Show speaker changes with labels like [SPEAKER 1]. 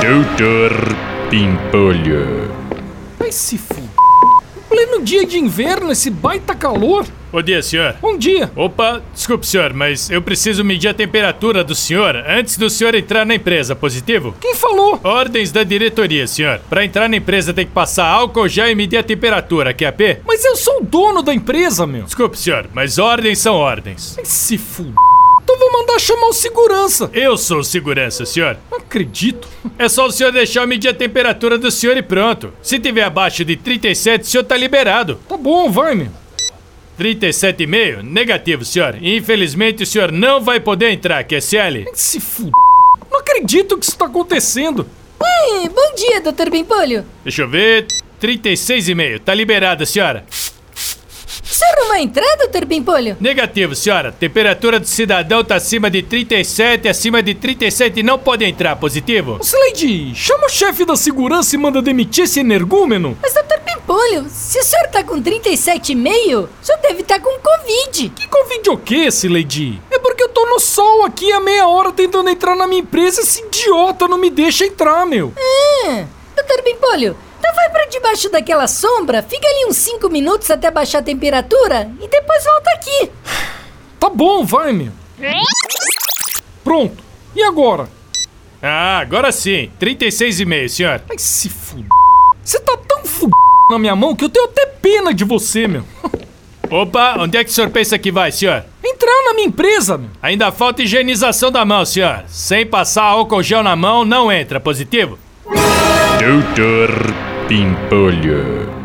[SPEAKER 1] Doutor Pimpolho.
[SPEAKER 2] Vai se fuder. Pleno dia de inverno, esse baita calor.
[SPEAKER 3] Bom dia, senhor.
[SPEAKER 2] Bom dia.
[SPEAKER 3] Opa, desculpe, senhor, mas eu preciso medir a temperatura do senhor antes do senhor entrar na empresa, positivo?
[SPEAKER 2] Quem falou?
[SPEAKER 3] Ordens da diretoria, senhor. Pra entrar na empresa tem que passar álcool já e medir a temperatura, quer P?
[SPEAKER 2] Mas eu sou o dono da empresa, meu.
[SPEAKER 3] Desculpe, senhor, mas ordens são ordens.
[SPEAKER 2] Vai se fuder. Então vou mandar chamar o segurança.
[SPEAKER 3] Eu sou o segurança, senhor.
[SPEAKER 2] Não acredito.
[SPEAKER 3] É só o senhor deixar eu medir a temperatura do senhor e pronto. Se tiver abaixo de 37, o senhor tá liberado.
[SPEAKER 2] Tá bom, vai, meu.
[SPEAKER 3] 37,5? Negativo, senhor. Infelizmente o senhor não vai poder entrar, QSL.
[SPEAKER 2] Vai se fuder. Não acredito que isso tá acontecendo.
[SPEAKER 4] Ei, bom dia, Dr. Pimpolho.
[SPEAKER 3] Deixa eu ver. 36,5. Tá liberada, senhora.
[SPEAKER 4] Você arrumou a entrada, Dr. Pimpolho?
[SPEAKER 3] Negativo, senhora. Temperatura do cidadão tá acima de 37, acima de 37 não pode entrar, positivo?
[SPEAKER 2] Ô, Slade, é chama o chefe da segurança e manda demitir esse energúmeno.
[SPEAKER 4] Mas, Dr. Pimpolho, se o senhor tá com 37,5, o senhor deve estar com Covid.
[SPEAKER 2] Que convide o quê, Slade? É porque eu tô no sol aqui há meia hora tentando entrar na minha empresa e esse idiota não me deixa entrar, meu.
[SPEAKER 4] Ah, Dr. Pimpolho, então vai pra debaixo daquela sombra, fica ali uns 5 minutos até baixar a temperatura e depois volta aqui.
[SPEAKER 2] Tá bom, vai, meu. Pronto. E agora?
[SPEAKER 3] Ah, agora sim. 36,5, senhor.
[SPEAKER 2] Vai se fuder. Você tá tão fudido na minha mão que eu tenho até pena de você, meu.
[SPEAKER 3] Opa, onde é que o senhor pensa que vai, senhor?
[SPEAKER 2] Entrar na minha empresa, meu.
[SPEAKER 3] Ainda falta higienização da mão, senhor. Sem passar álcool gel na mão, não entra, positivo?
[SPEAKER 1] Doutor Pimpolho.